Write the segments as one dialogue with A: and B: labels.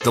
A: The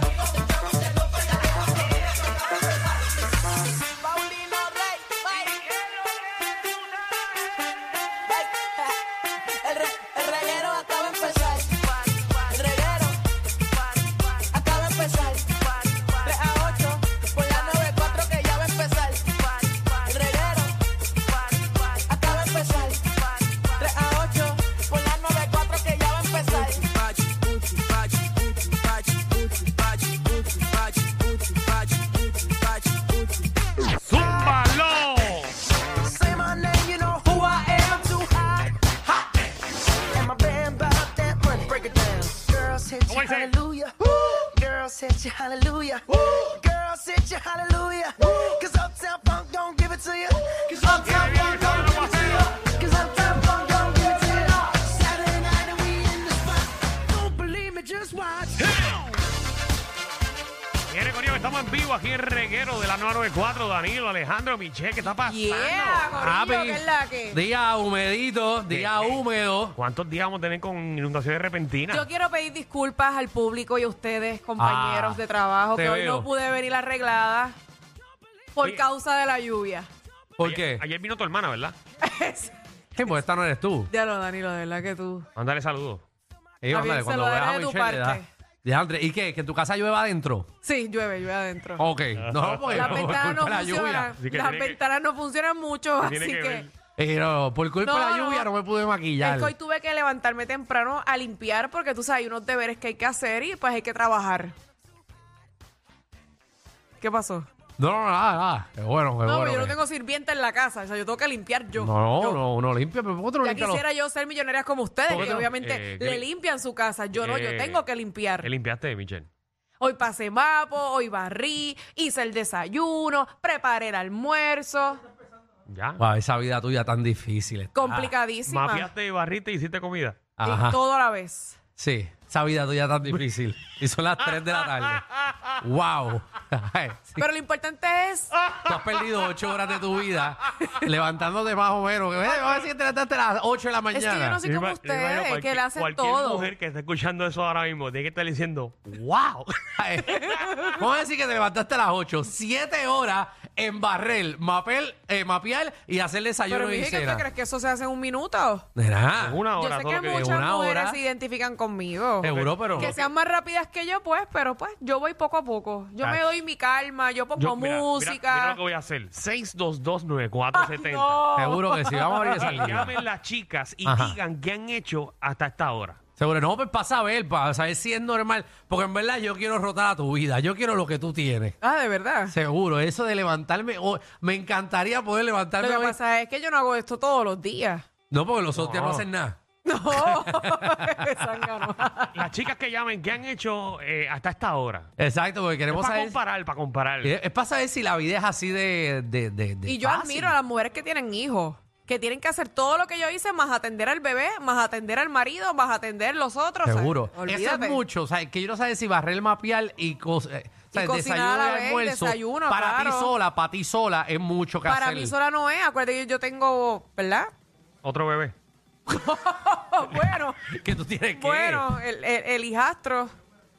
B: Buchan, Michel López y Alejandro Gil, esto acaba de empezar. Paulino Rey, El, re- el reguero acaba de empezar. El reguero acaba de empezar. 3 a 8 por la 94 que ya va a empezar. El reguero acaba de empezar. 3 a 8 por la 94 que ya va a empezar.
C: ¡Zúmbalo!
B: Say my name, you know who I am. Too hot, hot. And my band about that money. Break it down. Girls hit you,
C: What is it?
B: hallelujah. Girls hit you, hallelujah. Girls hit you, hallelujah. Cause Uptown Funk don't give it to you. Cause Uptown Funk don't give it to you. Cause Uptown Funk don't give it to you. Saturday night and we in the spot. Don't believe me, just watch.
C: Viene Corillo, que estamos en vivo aquí en Reguero de la 994, Danilo, Alejandro, Michelle, ¿qué está pasando? Ah,
D: Yeah, corillo, que es la que.
E: Ah, día humedito, día húmedo.
C: ¿Cuántos días vamos a tener con inundaciones repentinas?
D: Yo quiero pedir disculpas al público y a ustedes, compañeros
E: Ah,
D: de trabajo,
E: te
D: que hoy
E: veo.
D: no pude venir arreglada por
C: Oye.
D: causa de la lluvia.
E: ¿Por qué?
C: Ayer vino tu hermana, ¿verdad?
E: Sí, pues esta no eres tú.
D: ya lo, Danilo, de verdad que tú.
C: Mándale saludos.
E: Ey,
D: Está
E: ándale,
D: bien,
E: cuando
D: se lo
E: veas
D: daré
E: a
D: de tu
E: Michelle, le
D: parte.
E: das- Dejandre, ¿y qué? ¿Que en tu casa llueva adentro?
D: Sí, llueve, llueve adentro.
E: Ok. No, porque
D: Las
E: no, Oh,
D: ventanas
E: por
D: no
E: culpa de la
D: funcionan.
E: lluvia.
C: Así que
D: Las
C: tiene que-
D: ventanas no funcionan mucho, así
C: tiene
D: que.
C: que ver.
E: Ey, Eh, no, por culpa de la
D: No,
E: lluvia
D: no.
E: no me pude maquillar.
D: Es que hoy tuve que levantarme temprano a limpiar porque tú sabes, hay unos deberes que hay que hacer y pues hay que trabajar. ¿Qué pasó?
E: No, no, nada, nada. Es bueno, es
D: No,
E: bueno.
D: pero yo no
C: pues.
E: que-
D: tengo sirvienta en la casa, o sea, yo tengo que limpiar yo.
E: No,
D: Yo.
E: no, uno limpia, pero otro
D: Ya
E: limpia los-
D: quisiera yo ser millonaria como ustedes, que
C: Otro,
D: obviamente
C: eh, que
D: le
C: li-
D: limpian su casa. Yo no, yo
C: Eh,
D: tengo que limpiar.
C: ¿Qué limpiaste, Michelle?
D: Hoy pasé mapo, hoy barrí, hice el desayuno, preparé el almuerzo.
C: Ya.
E: Guau, esa vida tuya tan difícil. está.
D: Complicadísima.
C: Ah, Mafiaste, barriste y hiciste comida.
D: Y
E: Ajá.
D: todo a la vez.
E: Sí, esa vida tuya tan difícil. Y son las 3 de la tarde. ¡Wow!
D: Pero lo importante es
C: Ah,
E: Tú has perdido ocho horas de tu vida levantándote más o menos. Eh, Vamos a decir que te levantaste a las 8 de la
D: Es que yo
E: mañana.
D: no soy como
C: Yo imagino
D: ustedes,
C: cualquier-
D: que le hacen
C: cualquier
D: todo.
C: mujer que esté escuchando eso ahora mismo tiene que estar diciendo, ¡Wow!
E: Ay, Vamos a decir que te levantaste a las 8, 7 horas en barrel, mapel, eh, mapear y hacer desayuno
D: Pero
E: y
D: dije que tú
E: cena.
D: crees que eso se hace en un minuto.
E: Nada,
C: En una
D: Yo
C: hora
D: sé
C: todo
D: que
C: lo que digo.
D: muchas
E: Una
D: mujeres
E: hora.
D: se identifican conmigo.
E: seguro, pero...
D: Que sean más rápidas que yo, pues, pero pues yo voy poco a poco. Yo me
C: Ach.
D: doy mi calma, yo pongo
C: Yo- mira, mira-
D: música.
C: Mira, lo que voy a hacer. 6229470.
D: no.
E: Seguro que sí, vamos a abrir esa línea.
C: Llamen las chicas y
E: Ajá.
C: digan qué han hecho hasta esta hora.
E: Seguro, no, pues pasa a ver, para saber si es normal. Porque en verdad yo quiero rotar a tu vida, yo quiero lo que tú tienes.
D: Ah, de verdad.
E: Seguro, eso de levantarme, oh, me encantaría poder
D: Lo
E: levantarme.
D: que
E: a ver-
D: pasa es que yo no hago esto todos los días.
E: No, porque los otros días no
C: No.
E: hacen nada.
D: No, zángano.
C: Las chicas que llamen, ¿qué han hecho eh, hasta esta hora?
E: Exacto, porque
C: Es
E: queremos
C: para
E: saber.
C: comparar, para comparar.
E: Es, es para saber si la vida es así de. de, de- de
D: Y yo
E: fácil.
D: admiro a las mujeres que tienen hijos, que tienen que hacer todo lo que yo hice, más atender al bebé, más atender al marido, más atender los otros. o sea,
E: Seguro. Eso
D: olvídate.
E: es mucho. O sea, que yo no sé si barrer, mapear y. co- eh, o sea,
D: Y cocinar a la vez, desayuno,
E: para ti
D: claro.
E: sola, para ti sola, es mucho que
D: Para
E: hacer.
D: mí sola no es. Acuérdate que yo tengo, ¿verdad?
C: Otro bebé.
E: que tú tienes que.
D: Bueno, el, el- el hijastro, más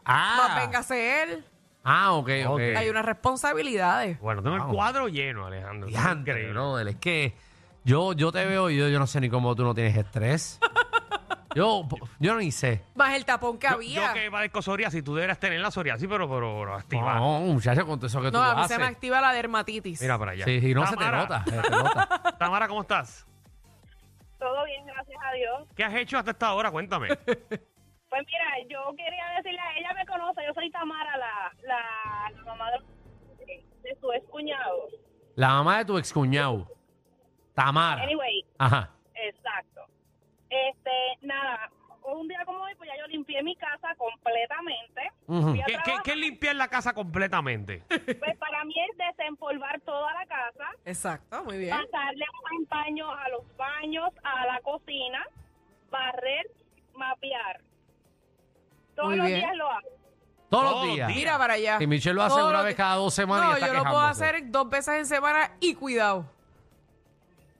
E: Ah,
D: véngase él.
E: ah ok, ok.
C: Ok.
D: Hay unas responsabilidades.
C: Bueno, tengo el
E: Wow.
C: cuadro lleno, Alejandro.
E: Diantre,
C: Increíble.
E: brother, es que yo, yo te veo y yo, yo no sé ni cómo tú no tienes estrés. Yo, yo ni sé.
D: Más el tapón que había.
C: Yo que padezco psoriasis, tú deberías tener la psoriasis, pero, pero, pero activa.
E: No, muchacho, con todo eso que tú
D: no, a mí se
E: haces.
D: me activa la dermatitis.
C: Mira para allá.
E: Sí, sí, no se te
C: Tamara,
E: nota, se te nota.
C: Tamara, ¿cómo estás?
F: Todo bien, gracias a Dios.
C: ¿Qué has hecho hasta esta hora? Cuéntame.
F: Pues mira, yo quería decirle, a ella me conoce, yo soy Tamara, la, la, la mamá de, de su ex cuñado.
E: La mamá de tu excuñado, Tamara.
F: Anyway,
E: Ajá.
F: exacto. Este, nada, un día como hoy, pues ya yo limpié mi casa completamente.
E: Ujú.
F: Fui a
C: ¿Qué, qué,
F: trabajar,
C: qué limpiar la casa completamente?
F: pues para mí es desempolvar toda la casa,
D: Exacto, muy
E: Ah.
D: bien.
F: pasarle un buen paño a los baños, a la cocina, barrer, mapear. Todos
D: Muy
F: los
D: bien.
F: días lo hago.
E: Todos
C: Todos
E: los días.
C: días.
D: Mira para allá.
E: Y Michelle lo hace
D: Todo
E: una
D: lo
E: vez
D: que-
E: cada dos semanas y
D: No,
E: está
D: yo lo puedo
E: quejándose.
D: hacer dos veces en semana y cuidado.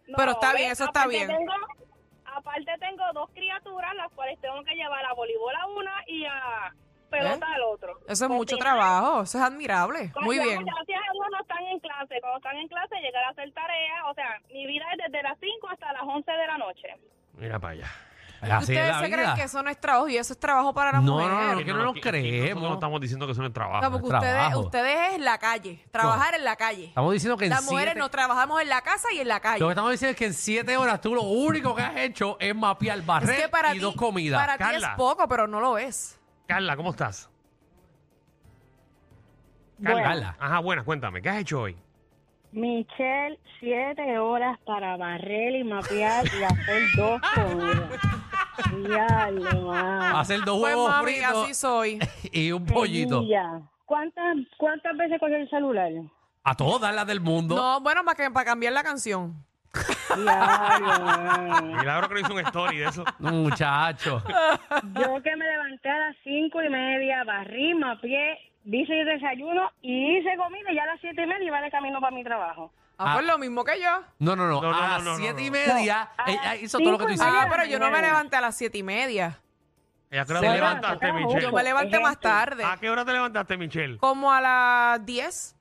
F: No,
D: Pero está bien,
F: ¿ves?
D: eso está
F: Aparte
D: bien.
F: tengo- aparte tengo dos criaturas, las cuales tengo que llevar a voleibol a una y a pelota
D: ¿Eh?
F: al otro.
D: Eso es
F: Cocinar,
D: mucho trabajo, eso es admirable.
F: cuando
D: Muy bien.
F: Pues Gracias a Dios no están en clase. Cuando están en clase, llegar a hacer tarea. O sea, mi vida es desde las 5 hasta las 11 de la noche.
C: Mira para allá.
E: Así es
D: Ustedes
E: la
D: se
E: vida.
D: creen que eso no es trabajo y eso es trabajo para la
E: No,
D: mujer.
E: no, no,
C: Que
E: no nos
C: que- que Nosotros
E: creemos.
C: no estamos diciendo que eso no es trabajo.
D: No, porque
E: es
D: ustedes,
E: trabajo.
D: ustedes es la calle, trabajar en la calle.
E: Estamos diciendo que en
D: Las mujeres
E: siete-
D: nos trabajamos en la casa y en la
E: Lo que
D: calle.
E: estamos diciendo es que en siete horas tú lo único que has hecho es mapear barrer
D: Es que para
E: y
D: ti,
E: dos comidas.
D: para ti es
C: Carla.
D: poco, pero no lo es.
C: Carla, ¿cómo estás?
E: Carla.
C: Ajá, buenas, cuéntame. ¿Qué has hecho hoy?
F: Michelle, siete horas para barrer y mapear y hacer dos comidas.
E: Hacer dos
D: Pues
E: huevos
D: mami,
E: fritos
D: así soy.
E: y un pollito.
F: ¿Cuántas, ¿Cuántas veces cogió el celular?
E: A todas las del mundo.
D: No, bueno, más que para cambiar la canción.
C: Milagro que no hizo un story de eso.
E: Muchacho.
F: Yo que me levanté a las cinco y media, barrí, mapié, hice el desayuno y hice comida y ya a las siete y media iba de camino para mi trabajo.
D: Ah,
E: Ah.
D: pues lo mismo que yo.
E: No, no, no.
C: No, no,
E: a
C: no,
E: las
C: no, no,
E: siete y
C: no.
E: media
F: No, a
E: ella
F: las
E: hizo todo lo que tú
F: cinco y
E: hiciste.
D: Ah,
F: media.
D: pero yo no me levanté a las siete y media.
C: ¿Y ¿A qué hora
E: Se
C: te
E: levantó.
C: levantaste,
D: Yo
C: Michelle?
D: me levanté más tarde.
C: ¿A qué hora te levantaste, Michelle?
D: Como a las 10.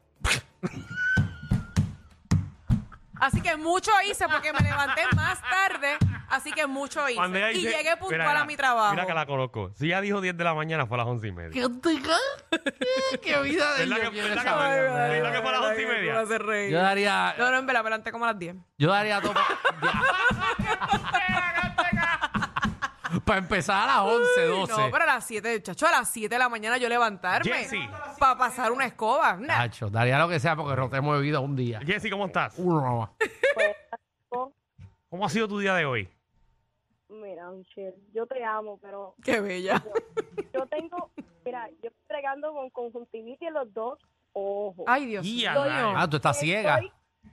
D: Así que mucho hice porque me levanté más tarde. Así que mucho hice.
C: Cuando ella
D: y
C: dice-
D: llegué puntual
C: Mira, mira,
D: a mi trabajo.
C: Mira que la coloco. Si ya dijo 10 de la mañana, fue a las 11 y media.
E: ¿Qué onda? Qué vida de
C: ¿Verdad que-
E: Dios tiene
C: verdad
E: esa
C: que-
E: mujer,
C: verdad
E: man.
C: que fue a las
D: Ay,
C: once y
D: me
C: media?
D: hace reír.
E: Yo daría.
D: No, no, en verdad, me levanté como a las 10.
E: Yo daría todo. Para empezar a las 11, 12.
D: No, pero a las 7, chacho, a las 7 de la mañana yo levantarme.
C: Jessy.
D: Para pasar una escoba. Nah.
E: Nacho, daría lo que sea porque no te he movido un día.
C: Jessy, ¿cómo estás?
E: Uno nomás.
C: ¿Cómo ha sido tu día de hoy?
F: Oh, Mira, Michelle, yo te amo, pero
D: Qué bella.
F: yo tengo, mira, yo estoy pregando con conjuntivitis en los dos ojos.
D: Ay, Dios
C: Y a
D: mío.
C: rayos.
E: Ah, tú estás
F: Estoy-
E: ciega.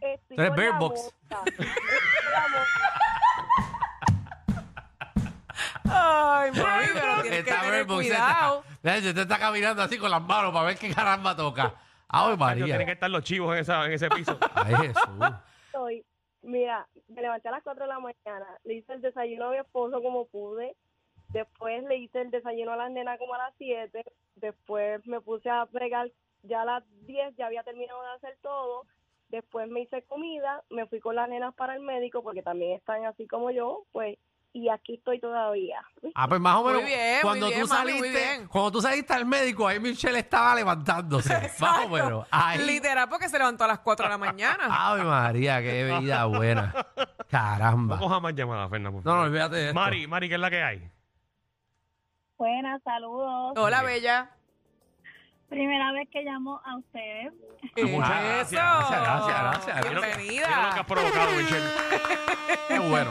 F: estoy
E: Tú eres
F: con
E: Bird
F: la
E: Box.
F: boca. Estoy con la boca.
D: Ay, mami, pero tienes que
E: Esta
D: tener
E: Verbox
D: cuidado.
E: está- Mira, se te está caminando así con las manos para ver qué caramba toca. Ay,
C: Yo
E: María.
C: tienen que estar los chivos en, esa- en ese piso.
E: Ay, Jesús.
F: Estoy- Mira, me levanté a las 4 de la mañana, le hice el desayuno a mi esposo como pude, después le hice el desayuno a las nenas como a las 7, después me puse a fregar ya a las 10, ya había terminado de hacer todo, después me hice comida, me fui con las nenas para el médico porque también están así como yo, pues, y aquí estoy todavía.
E: Ah, pues más o
D: Muy
E: menos.
D: bien,
E: cuando
D: muy
E: tú
D: bien, mami,
E: saliste,
D: muy bien.
E: cuando tú saliste al médico, ahí Michelle estaba levantándose. Más o menos. Ahí. Ah,
D: Literal, porque se levantó a las 4 de la mañana.
E: Ay, María, qué vida buena.
C: No
E: Caramba.
C: coja más llamadas, Fernando.
E: No, no, olvídate de esto.
C: Mari, Mari, ¿qué es la que hay?
F: Buenas, saludos.
D: Hola, bella.
F: Primera vez que llamo a ustedes.
E: muchas gracias, gracias, gracias, gracias.
C: Mira lo que- mira lo que
D: Bienvenida.
C: has provocado, Michelle.
E: Qué bueno.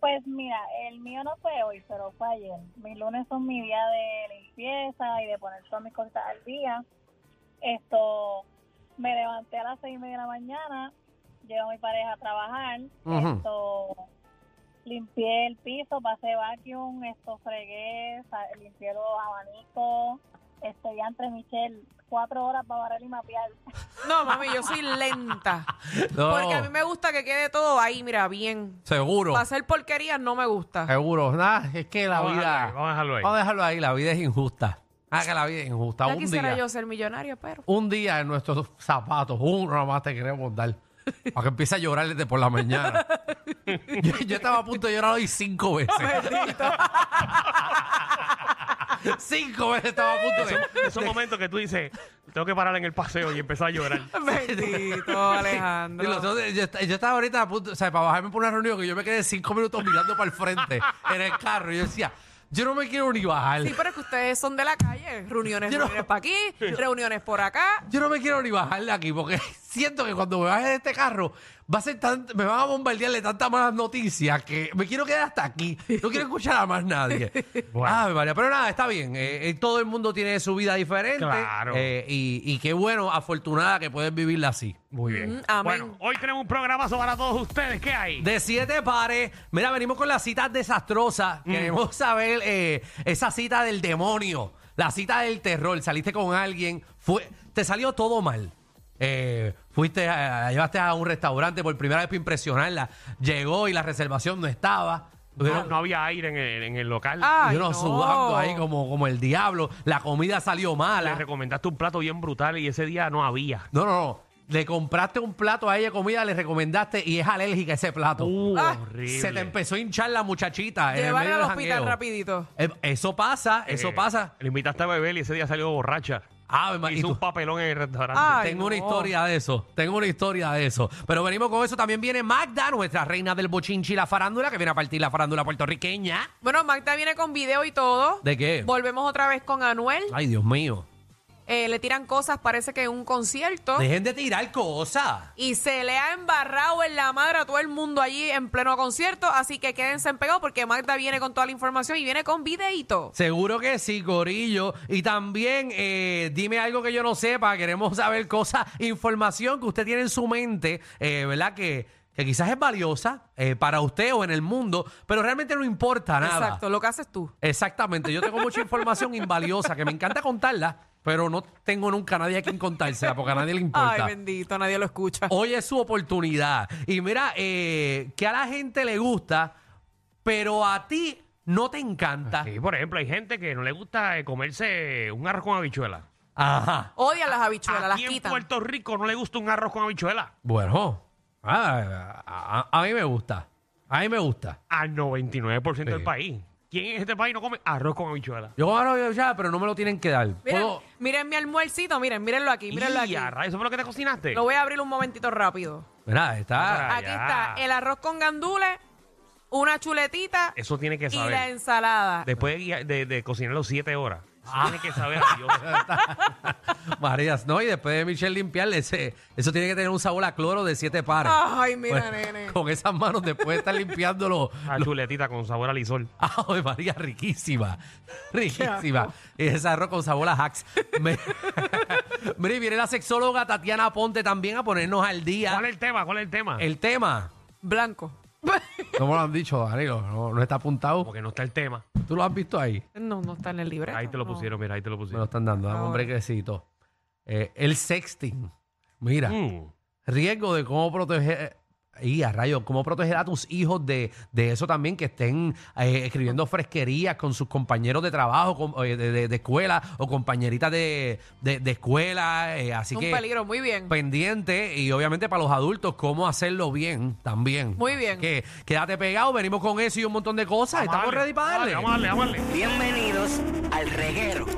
F: Pues mira, el mío no fue hoy, pero fue ayer. Mis lunes son mi día de limpieza y de poner todas mis cosas al día. Esto, me levanté a las seis y media de la mañana, llevo a mi pareja a trabajar,
E: Ujú.
F: esto, limpié el piso, pasé vacuum, esto, fregué, sa- limpié los abanicos,
G: Este día entre Michelle, cuatro horas para barrer y mapear.
D: No, mami, yo soy lenta.
E: No.
D: Porque a mí me gusta que quede todo ahí, mira, bien.
E: Seguro.
D: Para hacer porquerías no me gusta.
E: Seguro. Nada, es que la
C: Vamos a
E: vida.
C: dejarlo ahí, vamos a dejarlo ahí.
E: Vamos a dejarlo ahí. La vida es injusta. Ah, que la vida es injusta.
D: Ya
E: un
D: quisiera
E: día.
D: yo ser millonaria, pero.
E: Un día en nuestros zapatos. Uno más te queremos dar. Para que empiece a llorar desde por la mañana. yo, yo estaba a punto de llorar hoy cinco veces. cinco veces estaba a punto de.
C: Esos momentos que tú dices, tengo que parar en el paseo y empezar a llorar.
D: Bendito, Alejandro.
E: Y los otros- yo, esta- yo estaba ahorita a punto, o sea, para bajarme por una reunión que yo me quedé cinco minutos mirando para el frente en el carro. Y yo decía, yo no me quiero ni bajar.
D: Sí, pero es que ustedes son de la calle. Reuniones,
E: Yo no-
D: reuniones para aquí, reuniones por acá.
E: Yo no me quiero ni bajar de aquí porque siento que cuando me baje de este carro va a ser tan, me van a bombardear de tantas malas noticias que me quiero quedar hasta aquí. No quiero escuchar a más nadie.
C: Bueno.
E: Ay, María, pero nada, está bien. Eh, eh, todo el mundo tiene su vida diferente.
C: Claro.
E: Eh, y, y qué bueno, afortunada que puedes vivirla así.
C: Muy bien.
D: Mm, amén.
C: Bueno, hoy tenemos un programazo para todos ustedes. ¿Qué hay?
E: De siete pares. Mira, venimos con las citas desastrosas.
C: Mm.
E: Queremos saber eh, esa cita del demonio, la cita del terror. Saliste con alguien, fue, te salió todo mal. Eh, fuiste, a, llevaste a un restaurante por primera vez para impresionarla. Llegó y la reservación no estaba.
C: no,
E: Tuvieron-
C: no había aire en el, en el local.
D: Ah. Ay,
E: tuvieron
D: no.
E: sudando ahí como, como el diablo. La comida salió
C: Le
E: mala.
C: recomendaste un plato bien brutal y ese día no había.
E: No, no, no. Le compraste un plato a ella de comida, le recomendaste y es alérgica a ese plato.
C: Uh,
D: Ah.
C: horrible.
E: Se te empezó a hinchar la muchachita. en el
D: Llevar
E: medio
D: al
E: del
D: hospital
E: jangueo.
D: rapidito.
E: Eh, Eso pasa, eso
C: Eh,
E: pasa.
C: Le invitaste a beber y ese día salió borracha.
E: Ah, ma- y
C: Hizo
E: tú-
C: un papelón en el restaurante.
D: Ah. Ay,
E: tengo una
D: no.
E: historia de eso, tengo una historia de eso. Pero venimos con eso. También viene Magda, nuestra reina del bochinchi y la farándula, que viene a partir la farándula puertorriqueña.
D: Bueno, Magda viene con video y todo.
E: ¿De qué?
D: Volvemos otra vez con Anuel.
E: Ay, Dios mío.
D: Eh, le tiran cosas, parece que en un concierto.
E: Dejen de tirar cosas.
D: Y se le ha embarrado en la madre a todo el mundo allí en pleno concierto. Así que quédense pegados porque Magda viene con toda la información y viene con videíto.
E: Seguro que sí, Corillo. Y también, eh, dime algo que yo no sepa. Queremos saber cosas, información que usted tiene en su mente, eh, ¿verdad? Que, que quizás es valiosa eh, para usted o en el mundo, pero realmente no importa nada.
D: Exacto, lo que haces tú.
E: Exactamente. Yo tengo mucha información invaliosa que me encanta contarla, pero no tengo nunca a nadie a quien contársela porque a nadie le importa.
D: Ay, bendito, nadie lo escucha.
E: Hoy es su oportunidad. Y mira, eh, que a la gente le gusta, pero a ti no te encanta.
C: Sí, por ejemplo, hay gente que no le gusta eh, comerse un arroz con habichuela.
E: Ajá.
D: Odian las habichuelas, las
C: Aquí en
D: quitan.
C: Puerto Rico no le gusta un arroz con habichuela.
E: Bueno, ah, a, a- a mí me gusta. A mí me gusta.
C: Al 99% del
E: Sí.
C: país. ¿Quién en este país no come arroz con habichuela?
E: Yo ahora voy ya, pero no me lo tienen que dar.
D: Miren,
E: Puedo-
D: miren mi almuercito, miren, mírenlo aquí, mírenlo aquí.
C: Y a rayos, ¿Eso fue lo que te cocinaste?
D: Lo voy a abrir un momentito rápido.
E: Mira,
C: Ahora-
E: está.
C: Ah,
D: aquí
C: ya.
D: está el arroz con gandules, una chuletita
C: Eso tiene que
D: y la
C: saber.
D: ensalada.
C: Después de, de, de cocinarlo siete horas. Eso tiene que saber a Dios.
E: Marías, no, y después de Michelle limpiarle, ese, eso tiene que tener un sabor a cloro de siete pares.
C: Ah.
D: Ay, mira,
E: Pues,
D: nene.
E: Con esas manos después de estar limpiándolo.
C: La chuletita con sabor a lisol.
E: Ay, María, riquísima. Riquísima. Ese arroz con sabor a hacks. Me- Mira, y viene la sexóloga Tatiana Ponte también a ponernos al día.
C: ¿Cuál es el tema? ¿Cuál es el tema?
E: El tema.
D: Blanco.
E: No me lo han dicho, Danilo. No, no está apuntado.
C: Porque no está el tema.
E: ¿Tú lo has visto ahí?
D: no, no está en el libreto.
C: Ahí te lo
D: no.
C: pusieron, mira, ahí te lo
E: Me lo
C: pusieron.
E: están dando. Dame un
D: Ahora.
E: brequecito. Eh, el sexting. Mira.
C: Mm.
E: riesgo de cómo proteger. Y a rayo, ¿cómo proteger a tus hijos de, de eso también? Que estén eh, escribiendo fresquerías con sus compañeros de trabajo, con- eh, de, de- de escuela o compañeritas de, de- de escuela. eh, así
D: Un
E: que
D: peligro, muy bien.
E: pendiente y obviamente para los adultos, cómo hacerlo bien también.
D: Muy
E: Así
D: bien.
E: que quédate pegado, venimos con eso y un montón de cosas.
C: Vamos a
E: Estamos
C: darle,
E: ready para darle.
C: Vamos a darle, vamos a darle.
B: Bienvenidos al reguero.